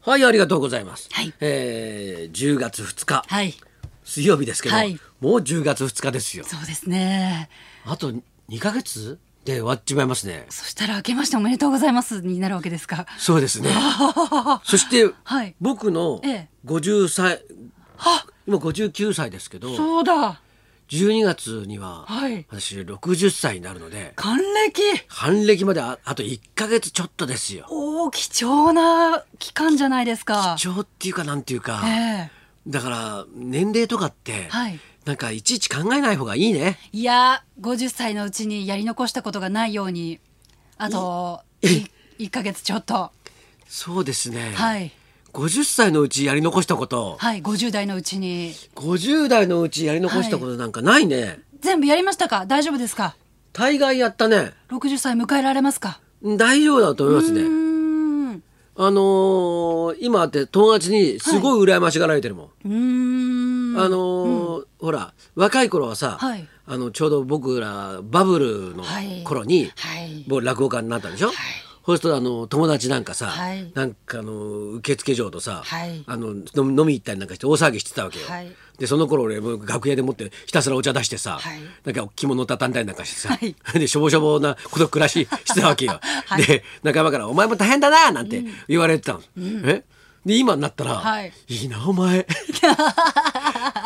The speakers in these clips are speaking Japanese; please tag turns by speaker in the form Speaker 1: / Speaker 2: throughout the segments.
Speaker 1: はい、ありがとうございます。
Speaker 2: はい
Speaker 1: えー10月2日、
Speaker 2: はい。
Speaker 1: 水曜日ですけど、
Speaker 2: はい
Speaker 1: もう10月2日ですよ。
Speaker 2: そうですね。
Speaker 1: あと2ヶ月で終わっちまいますね。
Speaker 2: そしたら明けましておめでとうございますになるわけですか。
Speaker 1: そうです ね。そして、
Speaker 2: はい
Speaker 1: 僕の
Speaker 2: ええ
Speaker 1: 50歳、今59歳ですけど、
Speaker 2: そうだ。
Speaker 1: 12月には
Speaker 2: はい
Speaker 1: 私60歳になるので、
Speaker 2: 還暦。
Speaker 1: 還暦までああと1ヶ月ちょっとですよ。
Speaker 2: おお、貴重な期間じゃないですか。
Speaker 1: 貴重っていうかなんていうか、
Speaker 2: ええ
Speaker 1: だから年齢とかって、
Speaker 2: はい
Speaker 1: なんかいちいち考えない方がいいね。
Speaker 2: いや、50歳のうちにやり残したことがないように、あと1ヶ月ちょっと。
Speaker 1: そうですね。
Speaker 2: はい。
Speaker 1: 50歳のうちやり残したこと、
Speaker 2: はい、50代のうちに。
Speaker 1: 50代のうちやり残したことなんかないね。
Speaker 2: 全部やりましたか大丈夫ですか
Speaker 1: 大概やったね。
Speaker 2: ?60 歳迎えられますか
Speaker 1: 大丈夫だと思います
Speaker 2: う
Speaker 1: ね。
Speaker 2: ーん。う
Speaker 1: あのー今あって友達にすごい羨ましがられてるもん。
Speaker 2: ーん。
Speaker 1: あのーほら若い頃はさ、
Speaker 2: はい
Speaker 1: あのちょうど僕らバブルの
Speaker 2: はい
Speaker 1: 頃に、
Speaker 2: はい
Speaker 1: 僕落語家になったでしょ、
Speaker 2: はい
Speaker 1: そうするとあの友達なんかさ、
Speaker 2: はい
Speaker 1: なんかあの受付嬢とさ、
Speaker 2: はい
Speaker 1: あの飲み飲み行ったりなんかして大騒ぎしてたわけよ。
Speaker 2: はい
Speaker 1: でその頃俺もう楽屋でもってひたすらお茶出してさ、
Speaker 2: はい
Speaker 1: なんか着物畳んだりなんかしてさ、
Speaker 2: はい
Speaker 1: でしょぼしょぼな孤独暮らししてたわけよ。
Speaker 2: はい
Speaker 1: で仲間から「お前も大変だな」なんて言われてたの。えで今になったら「
Speaker 2: はい
Speaker 1: いいなお前」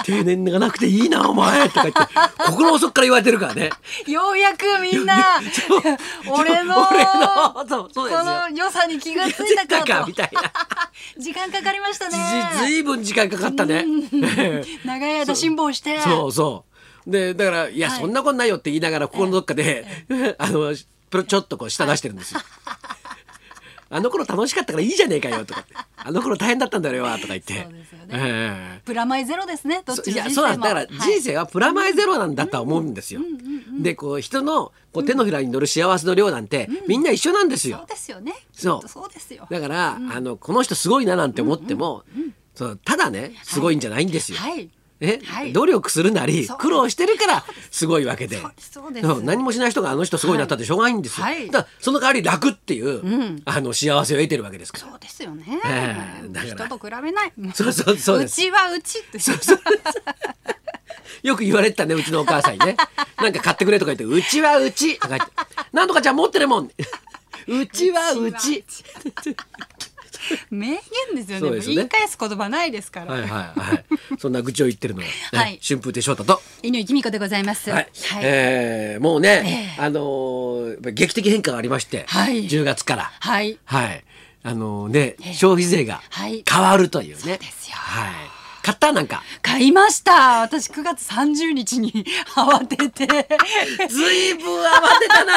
Speaker 1: 定年がなくていいなお前とか言って心の底から言われてるからね。
Speaker 2: ようやくみんな 俺の
Speaker 1: 俺のそうそうですよ
Speaker 2: この良さに気がついたか
Speaker 1: 気がつい
Speaker 2: と
Speaker 1: たかみたいな
Speaker 2: 時間かかりました
Speaker 1: じず
Speaker 2: ね
Speaker 1: いぶん時間かかったね。
Speaker 2: 長い間辛抱して
Speaker 1: そうそう。でだからいや、
Speaker 2: はい
Speaker 1: そんなことないよって言いながら心のどっかで、 あのプロちょっとこう舌出してるん ですよ。あの頃楽しかったからいいじゃねえかよとかってあの頃大変だったんだよ俺はとか言って。
Speaker 2: そうですよね
Speaker 1: ええ
Speaker 2: プラマイゼロですねどっ
Speaker 1: そ
Speaker 2: ち
Speaker 1: い
Speaker 2: の
Speaker 1: や
Speaker 2: 人生も
Speaker 1: そうなんだから
Speaker 2: はい
Speaker 1: 人生はプラマイゼロなんだとは思うんですよ。でこう人のこう手のひらに乗る幸せの量なんて、みんな一緒なんですよ。
Speaker 2: そうですよね
Speaker 1: そう
Speaker 2: きっとそうですよ
Speaker 1: だから、あのこの人すごいななんて思っても、そのただねすごいんじゃないんですよ。
Speaker 2: はい
Speaker 1: え
Speaker 2: はい
Speaker 1: 努力するなり
Speaker 2: そう
Speaker 1: 苦労してるからすごいわけで
Speaker 2: そうそうです
Speaker 1: ん何もしない人があの人すごいなったってしょうがないんですよ、
Speaker 2: はい
Speaker 1: だからその代わり楽っていう、あの幸せを得てるわけですから
Speaker 2: そうですよね、
Speaker 1: ええだから
Speaker 2: 人と比べない
Speaker 1: そうそうそうです
Speaker 2: ちはうちって
Speaker 1: よく言われてたねうちのお母さんに ねなんか買ってくれとか言って「うちはうち」とか言って「なんとかちゃん持ってる もん」「うちはうち」
Speaker 2: 名言ですよ
Speaker 1: そ
Speaker 2: ね
Speaker 1: うですよね
Speaker 2: 言い返す言葉ないですから、
Speaker 1: はいはいはいそんな愚痴を言ってるのが、ね
Speaker 2: はい
Speaker 1: 春風亭昇太と。
Speaker 2: 犬井美子でございます
Speaker 1: はい、えーもうね、
Speaker 2: ええ
Speaker 1: あのーやっぱり劇的変化がありまして、
Speaker 2: はい
Speaker 1: 10月から、
Speaker 2: はい
Speaker 1: はい、あのね、消費税が
Speaker 2: はい
Speaker 1: 変わるというね。
Speaker 2: そうですよ
Speaker 1: はい。買ったなん か。
Speaker 2: 買いました私9月30日に慌てて
Speaker 1: ずいぶん慌てた な。
Speaker 2: い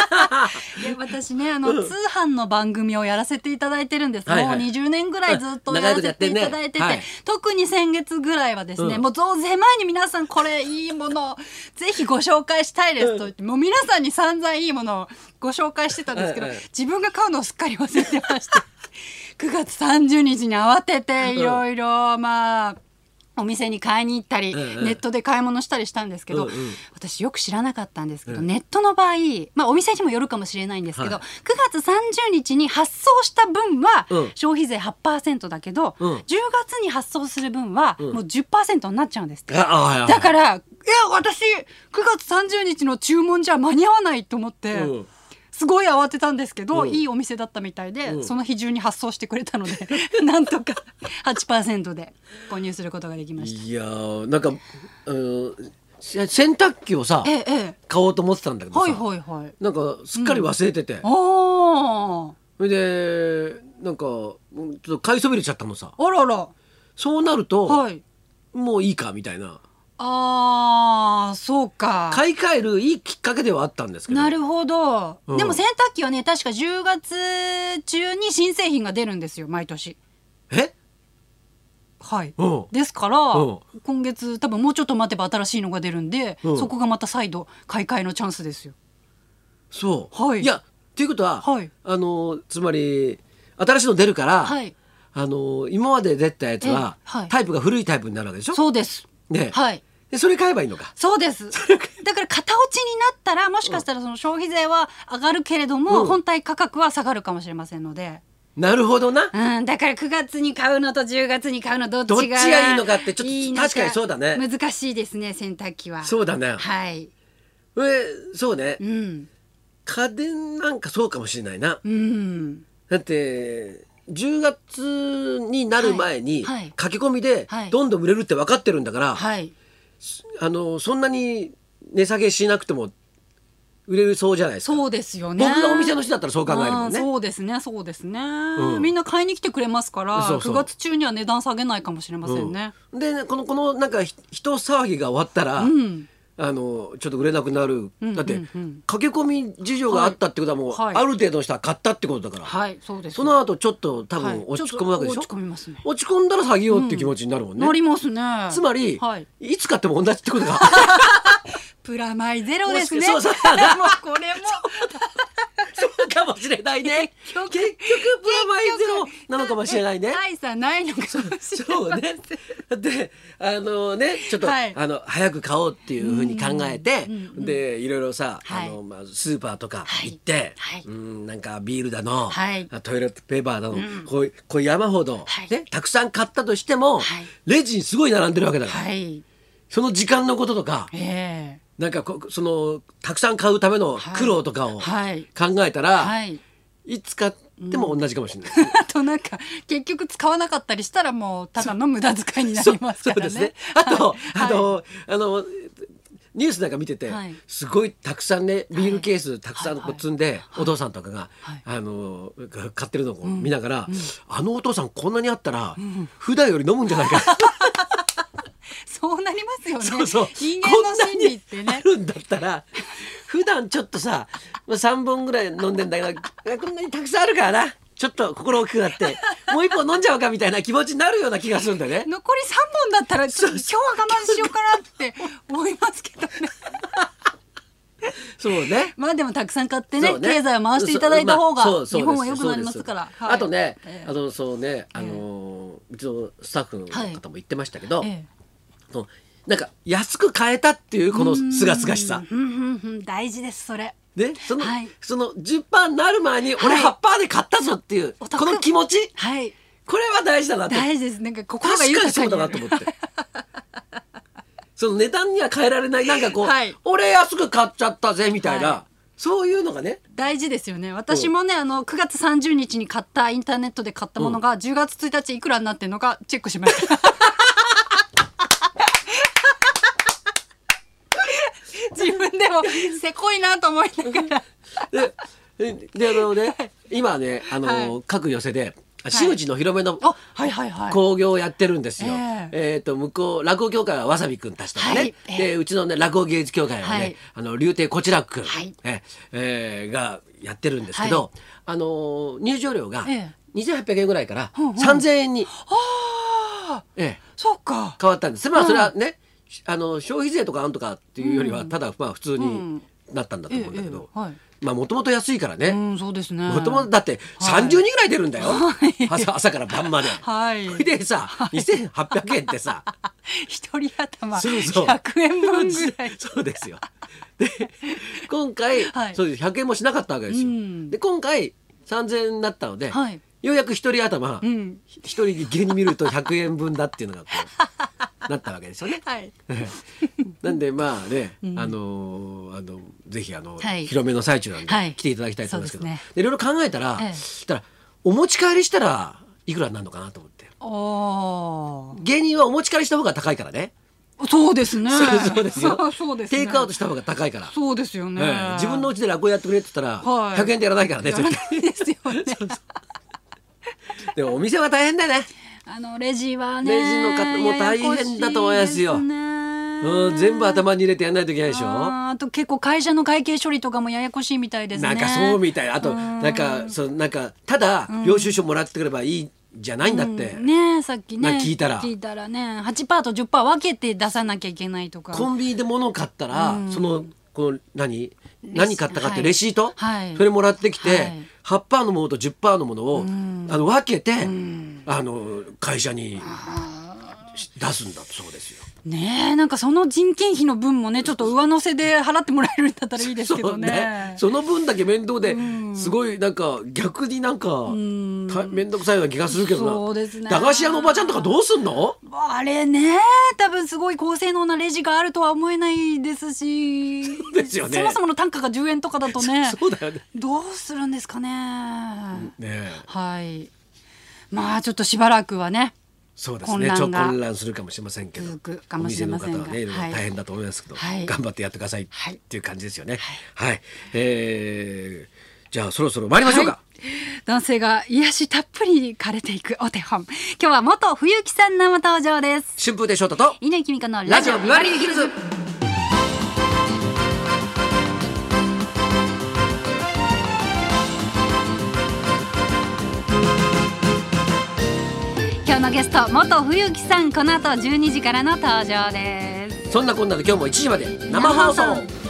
Speaker 2: や私ねあの、通販の番組をやらせていただいてるんです、
Speaker 1: はいはい
Speaker 2: もう20年ぐらいずっと
Speaker 1: うん
Speaker 2: や
Speaker 1: 長い
Speaker 2: ら
Speaker 1: ことや
Speaker 2: せ
Speaker 1: って
Speaker 2: て
Speaker 1: ん
Speaker 2: い
Speaker 1: ね
Speaker 2: ただいてて、
Speaker 1: はい
Speaker 2: 特に先月ぐらいはですね、
Speaker 1: うん
Speaker 2: もう増税前に皆さんこれいいものをぜひご紹介したいですと言って、もう皆さんに散々いいものをご紹介してたんですけど、
Speaker 1: はいはい
Speaker 2: 自分が買うのをすっかり忘れて ました9月30日に慌てていろいろまあお店に買いに行ったり、
Speaker 1: うんうん
Speaker 2: ネットで買い物したりしたんですけど、
Speaker 1: うんうん
Speaker 2: 私よく知らなかったんですけど、ネットの場合、まあ、お店にもよるかもしれないんですけど、
Speaker 1: はい
Speaker 2: 9月30日に発送した分は
Speaker 1: うん
Speaker 2: 消費税8%だけど、
Speaker 1: うん
Speaker 2: 10月に発送する分はもう10%になっちゃうんですって、
Speaker 1: ああ
Speaker 2: だからいや私9月30日の注文じゃ間に合わないと思って。
Speaker 1: うん
Speaker 2: すごい慌てたんですけど、
Speaker 1: うん
Speaker 2: いいお店だったみたいで、
Speaker 1: うん
Speaker 2: その日中に発送してくれたので なんとか8%で購入することができました。
Speaker 1: いやーなんか、うん、せ洗濯機をさ
Speaker 2: え、ええ
Speaker 1: 買おうと思ってたんだけ
Speaker 2: え、
Speaker 1: ど
Speaker 2: は
Speaker 1: さ、
Speaker 2: いはいはい。
Speaker 1: なんかすっかり忘れてて、
Speaker 2: おー
Speaker 1: それでなんかうんちょっと買いそびれちゃったのさ。
Speaker 2: あらら。
Speaker 1: そうなると、
Speaker 2: はい。
Speaker 1: もういいかみたいな。
Speaker 2: あー、そうか。
Speaker 1: 買い替えるいいきっかけではあったんですけど。
Speaker 2: なるほど、
Speaker 1: うん
Speaker 2: でも洗濯機はね、確か10月中に新製品が出るんですよ、毎年。
Speaker 1: え？
Speaker 2: はい。
Speaker 1: うん。
Speaker 2: ですから、
Speaker 1: うん
Speaker 2: 今月多分もうちょっと待てば新しいのが出るんで、
Speaker 1: うん
Speaker 2: そこがまた再度買い替えのチャンスですよ。
Speaker 1: そう。
Speaker 2: はい
Speaker 1: やっていうことは、
Speaker 2: はい
Speaker 1: あのつまり新しいの出るから、
Speaker 2: はい
Speaker 1: あの今まで出たやつは、
Speaker 2: ええはい
Speaker 1: タイプが古いタイプになるわけでしょ。
Speaker 2: そうです。
Speaker 1: ね。
Speaker 2: はい。
Speaker 1: でそれ買えばいいのか。
Speaker 2: そうです。だから片落ちになったら、もしかしたらその消費税は上がるけれども、
Speaker 1: うん
Speaker 2: 本体価格は下がるかもしれませんので。
Speaker 1: なるほどな。
Speaker 2: うん、だから9月に買うのと10月に買うのどっちが
Speaker 1: どっちがいいのかってちょっと
Speaker 2: の
Speaker 1: 確かにそうだね
Speaker 2: 難しいですね洗濯機は
Speaker 1: そうだね。
Speaker 2: はい
Speaker 1: えーそうね
Speaker 2: う。ん
Speaker 1: 家電なんかそうかもしれないな。
Speaker 2: うん
Speaker 1: だって10月になる前に
Speaker 2: はいはい
Speaker 1: 駆け込みで
Speaker 2: はい
Speaker 1: どんどん売れるって分かってるんだから、
Speaker 2: はい
Speaker 1: あのそんなに値下げしなくても売れるそうじゃないですか。
Speaker 2: そうですよね
Speaker 1: 僕がお店の人だったらそう考えるもんね
Speaker 2: あー。そうですねそうですね、
Speaker 1: うん
Speaker 2: みんな買いに来てくれますから
Speaker 1: そうそう
Speaker 2: 9月中には値段下げないかもしれませんね、
Speaker 1: うんでこのこのなんかひ人騒ぎが終わったら、
Speaker 2: うん
Speaker 1: あのちょっと売れなくなる、
Speaker 2: うん
Speaker 1: だって、
Speaker 2: うんうん
Speaker 1: 駆け込み事情があったってことはもう、
Speaker 2: はい
Speaker 1: ある程度の人は買ったってことだから、
Speaker 2: はいそうです
Speaker 1: その後ちょっと多
Speaker 2: はい
Speaker 1: 分落ち込むわけでしょ,、
Speaker 2: ちょっと落ち込みますね
Speaker 1: 落ち込んだら下げようって気持ちになるもんね、
Speaker 2: なりますね
Speaker 1: つまり、
Speaker 2: はい、
Speaker 1: い、つ買っても同じってことが
Speaker 2: プラマイゼロですね
Speaker 1: もしそう
Speaker 2: もうこれ も
Speaker 1: そうかもしれないね
Speaker 2: 結
Speaker 1: 結
Speaker 2: 局
Speaker 1: 局プラマイゼロなのかもしれないね
Speaker 2: 大差ないのかもしれない
Speaker 1: そうね。で、あのね、ちょっと、
Speaker 2: はい
Speaker 1: あの早く買おうっていうふうに考えて、で、いろいろさ、
Speaker 2: はい
Speaker 1: あのまあスーパーとか
Speaker 2: はい
Speaker 1: 行って、
Speaker 2: はい
Speaker 1: うんなんかビールだの、
Speaker 2: はい
Speaker 1: トイレットペーパーだの、こういうこういう山ほど、
Speaker 2: はい
Speaker 1: ねたくさん買ったとしても、
Speaker 2: はい
Speaker 1: レジにすごい並んでるわけだから、
Speaker 2: はい
Speaker 1: その時間のこととか、
Speaker 2: え
Speaker 1: なんかこうそのたくさん買うための苦労とか
Speaker 2: え
Speaker 1: を考
Speaker 2: はい
Speaker 1: えたら、、
Speaker 2: はい い
Speaker 1: つ買っても同じかもしれない。
Speaker 2: あとなんか結局使わなかったりしたらもうただの無駄遣いになります
Speaker 1: そう
Speaker 2: からね
Speaker 1: そうですね。あと、
Speaker 2: はい
Speaker 1: あの、あの。ニュースなんか見てて、
Speaker 2: はい
Speaker 1: すごいたくさんねビールケースたくさんこう積んで、お父さんとかが、
Speaker 2: はい
Speaker 1: あのが買ってるのをこう見ながら、あのお父さんこんなにあったら、普段より飲むんじゃ ないか、
Speaker 2: そうなりますよね
Speaker 1: そうそう
Speaker 2: 人間の心理って
Speaker 1: こんなにあ
Speaker 2: ね
Speaker 1: るんだったら普段ちょっとさ3本ぐらい飲んでんだけどこんなにたくさんあるからなちょっと心大きくなってもう一本飲んじゃおうかみたいな気持ちになるような気がするんだよね。
Speaker 2: 残り三本だったらちょっと今日は我慢しようかなって思いますけ どね
Speaker 1: そうね
Speaker 2: まあでもたくさん買ってね
Speaker 1: そうね
Speaker 2: 経済を回していただいた方が
Speaker 1: そうまあそう
Speaker 2: 日本は
Speaker 1: そう
Speaker 2: 良
Speaker 1: です
Speaker 2: くなりますから
Speaker 1: そうです
Speaker 2: はい
Speaker 1: あとね、
Speaker 2: ええ
Speaker 1: あのそうねあのうちのスタッフの方も言ってましたけど、
Speaker 2: ええ
Speaker 1: そのなんか安く買えたっていうこのすがすがしさ
Speaker 2: うんうんうん大事ですそれ
Speaker 1: ねその、
Speaker 2: はい
Speaker 1: その10パーになる前に
Speaker 2: は
Speaker 1: 俺
Speaker 2: い
Speaker 1: 8パーで買ったぞっていう、
Speaker 2: お得
Speaker 1: この気持ち
Speaker 2: はい
Speaker 1: これは大事だなって
Speaker 2: 大事ですなんか心
Speaker 1: 確
Speaker 2: が
Speaker 1: か
Speaker 2: 豊
Speaker 1: に
Speaker 2: か
Speaker 1: そう
Speaker 2: に
Speaker 1: だ
Speaker 2: な
Speaker 1: なと思
Speaker 2: る
Speaker 1: ってその値段には変えられないなんかこう、
Speaker 2: はい
Speaker 1: 俺安く買っちゃったぜみたいな、
Speaker 2: は
Speaker 1: そういうのがね
Speaker 2: 大事ですよね私もねあの9月30日に買ったインターネットで買ったものが10月1日いくらになってるのかチェックしま した自分でもせこいなと思いながら
Speaker 1: ででであのね今ねあの、
Speaker 2: は
Speaker 1: 各寄せであ真打ちの広めの
Speaker 2: あはいはいはい
Speaker 1: 興行をやってるんですよ。
Speaker 2: え
Speaker 1: えっ、と向こう落語協会はわさびくんたちとかね、
Speaker 2: はいええ
Speaker 1: でうちのね落語芸術協会はね、
Speaker 2: はい
Speaker 1: あの竜亭こちらくん、
Speaker 2: はい
Speaker 1: ええーがやってるんですけど、
Speaker 2: は
Speaker 1: あのー入場料が
Speaker 2: ええ
Speaker 1: 2800円ぐらいから
Speaker 2: うんうん
Speaker 1: 3000円に、
Speaker 2: ああ
Speaker 1: ええ
Speaker 2: そうか
Speaker 1: 変わったんです。まあそれはね、あの消費税とかなんとかっていうよりはただまあ普通になったんだと思うんだけど、
Speaker 2: ええええはい
Speaker 1: まあもともと安いからね。
Speaker 2: うんそうですね
Speaker 1: もともとだって
Speaker 2: はい
Speaker 1: 30人ぐらい出るんだよ、
Speaker 2: はい
Speaker 1: 朝朝から晩まで。
Speaker 2: はい
Speaker 1: それでさ、2800円って さ
Speaker 2: 一人頭
Speaker 1: そうそう
Speaker 2: 100円分ぐらい
Speaker 1: そうですよ。で今回、
Speaker 2: はい
Speaker 1: そうです100円もしなかったわけですよ。
Speaker 2: うん
Speaker 1: で今回3000円になったので、
Speaker 2: はい
Speaker 1: ようやく一人頭
Speaker 2: う
Speaker 1: 一、
Speaker 2: ん
Speaker 1: 人芸に見ると100円分だっていうのがこ うなったわけですよね。
Speaker 2: はい
Speaker 1: なんでまあね、あのーあのぜひあの、
Speaker 2: はい
Speaker 1: 広めの最中なんで、
Speaker 2: はい
Speaker 1: 来ていただきたいと思いますけど
Speaker 2: そうですね
Speaker 1: でいろいろ考えたら、
Speaker 2: ええ
Speaker 1: したらお持ち帰りしたらいくらになるのかなと思って
Speaker 2: おお
Speaker 1: 芸人はお持ち帰りした方が高いからね
Speaker 2: そうですね
Speaker 1: そうそうですよ
Speaker 2: そうそうですね
Speaker 1: テイクアウトした方が高いから、
Speaker 2: そうですよね、
Speaker 1: ええ自分の家で落語やってくれって言ったら、
Speaker 2: はい
Speaker 1: 100円でやらないからね
Speaker 2: やら
Speaker 1: 絶
Speaker 2: な
Speaker 1: 対
Speaker 2: いですよね
Speaker 1: でもお店は大変だよね、
Speaker 2: あのレジはね
Speaker 1: レジの方も大変だと思いますよ
Speaker 2: ややこしいですね
Speaker 1: うん、全部頭に入れてやらないといけないでしょ
Speaker 2: あーあと結構会社の会計処理とかもややこしいみたいですね
Speaker 1: なんかそうみたいなあと
Speaker 2: うん
Speaker 1: なんかそのなんかただ領収書もらってくればいいじゃないんだって、
Speaker 2: うんねえさっきね
Speaker 1: なんか聞いたら
Speaker 2: 聞いたらね8%と10%分けて出さなきゃいけないとか
Speaker 1: コンビニで物を買ったら、そのこの何何買ったかっ
Speaker 2: は
Speaker 1: て
Speaker 2: い
Speaker 1: レシート、
Speaker 2: はい
Speaker 1: それもらってきて、
Speaker 2: はい
Speaker 1: 8%のものと10%のものを、あの分けて、あの会社にし出すんだそうですよ。
Speaker 2: ねえなんかその人件費の分もねちょっと上乗せで払ってもらえるんだったらいいですけ
Speaker 1: そ
Speaker 2: ど
Speaker 1: う
Speaker 2: ね。
Speaker 1: その分だけ面倒で、すごいなんか逆になんかた面倒くさいような気がするけどな
Speaker 2: そうですね
Speaker 1: 駄菓子屋のおばちゃんとかどうすんの
Speaker 2: あれね多分すごい高性能なレジがあるとは思えないですしそ う
Speaker 1: ですよね
Speaker 2: そもそもの単価が10円とかだと ね
Speaker 1: そうだよね。
Speaker 2: どうするんですかね。
Speaker 1: ねえ
Speaker 2: はいまあちょっとしばらくはね
Speaker 1: そうです
Speaker 2: 混
Speaker 1: ね。
Speaker 2: 乱
Speaker 1: ちょっと
Speaker 2: が
Speaker 1: 混乱するかもしれませんけど、
Speaker 2: 続くかもしれませんが
Speaker 1: お店の方はね、いろいろ
Speaker 2: はい
Speaker 1: 大変だと思いますけど、
Speaker 2: はい
Speaker 1: 頑張ってやってくださいっ
Speaker 2: はい
Speaker 1: ていう感じですよね。はい。えーじゃあそろそろ参りましょうか。
Speaker 2: 男性が癒しタップに枯れていくお手本今日は元冬木さん生登場です
Speaker 1: 春風亭昇太と
Speaker 2: 稲木美香
Speaker 1: ラ
Speaker 2: のラジ
Speaker 1: ジ
Speaker 2: オ
Speaker 1: オビバリーヒルズ。
Speaker 2: 今日のゲスト元冬木さんこの後12時からの登場です
Speaker 1: そんなこんなで今日も1時まで生放
Speaker 2: 生
Speaker 1: 送
Speaker 2: 放送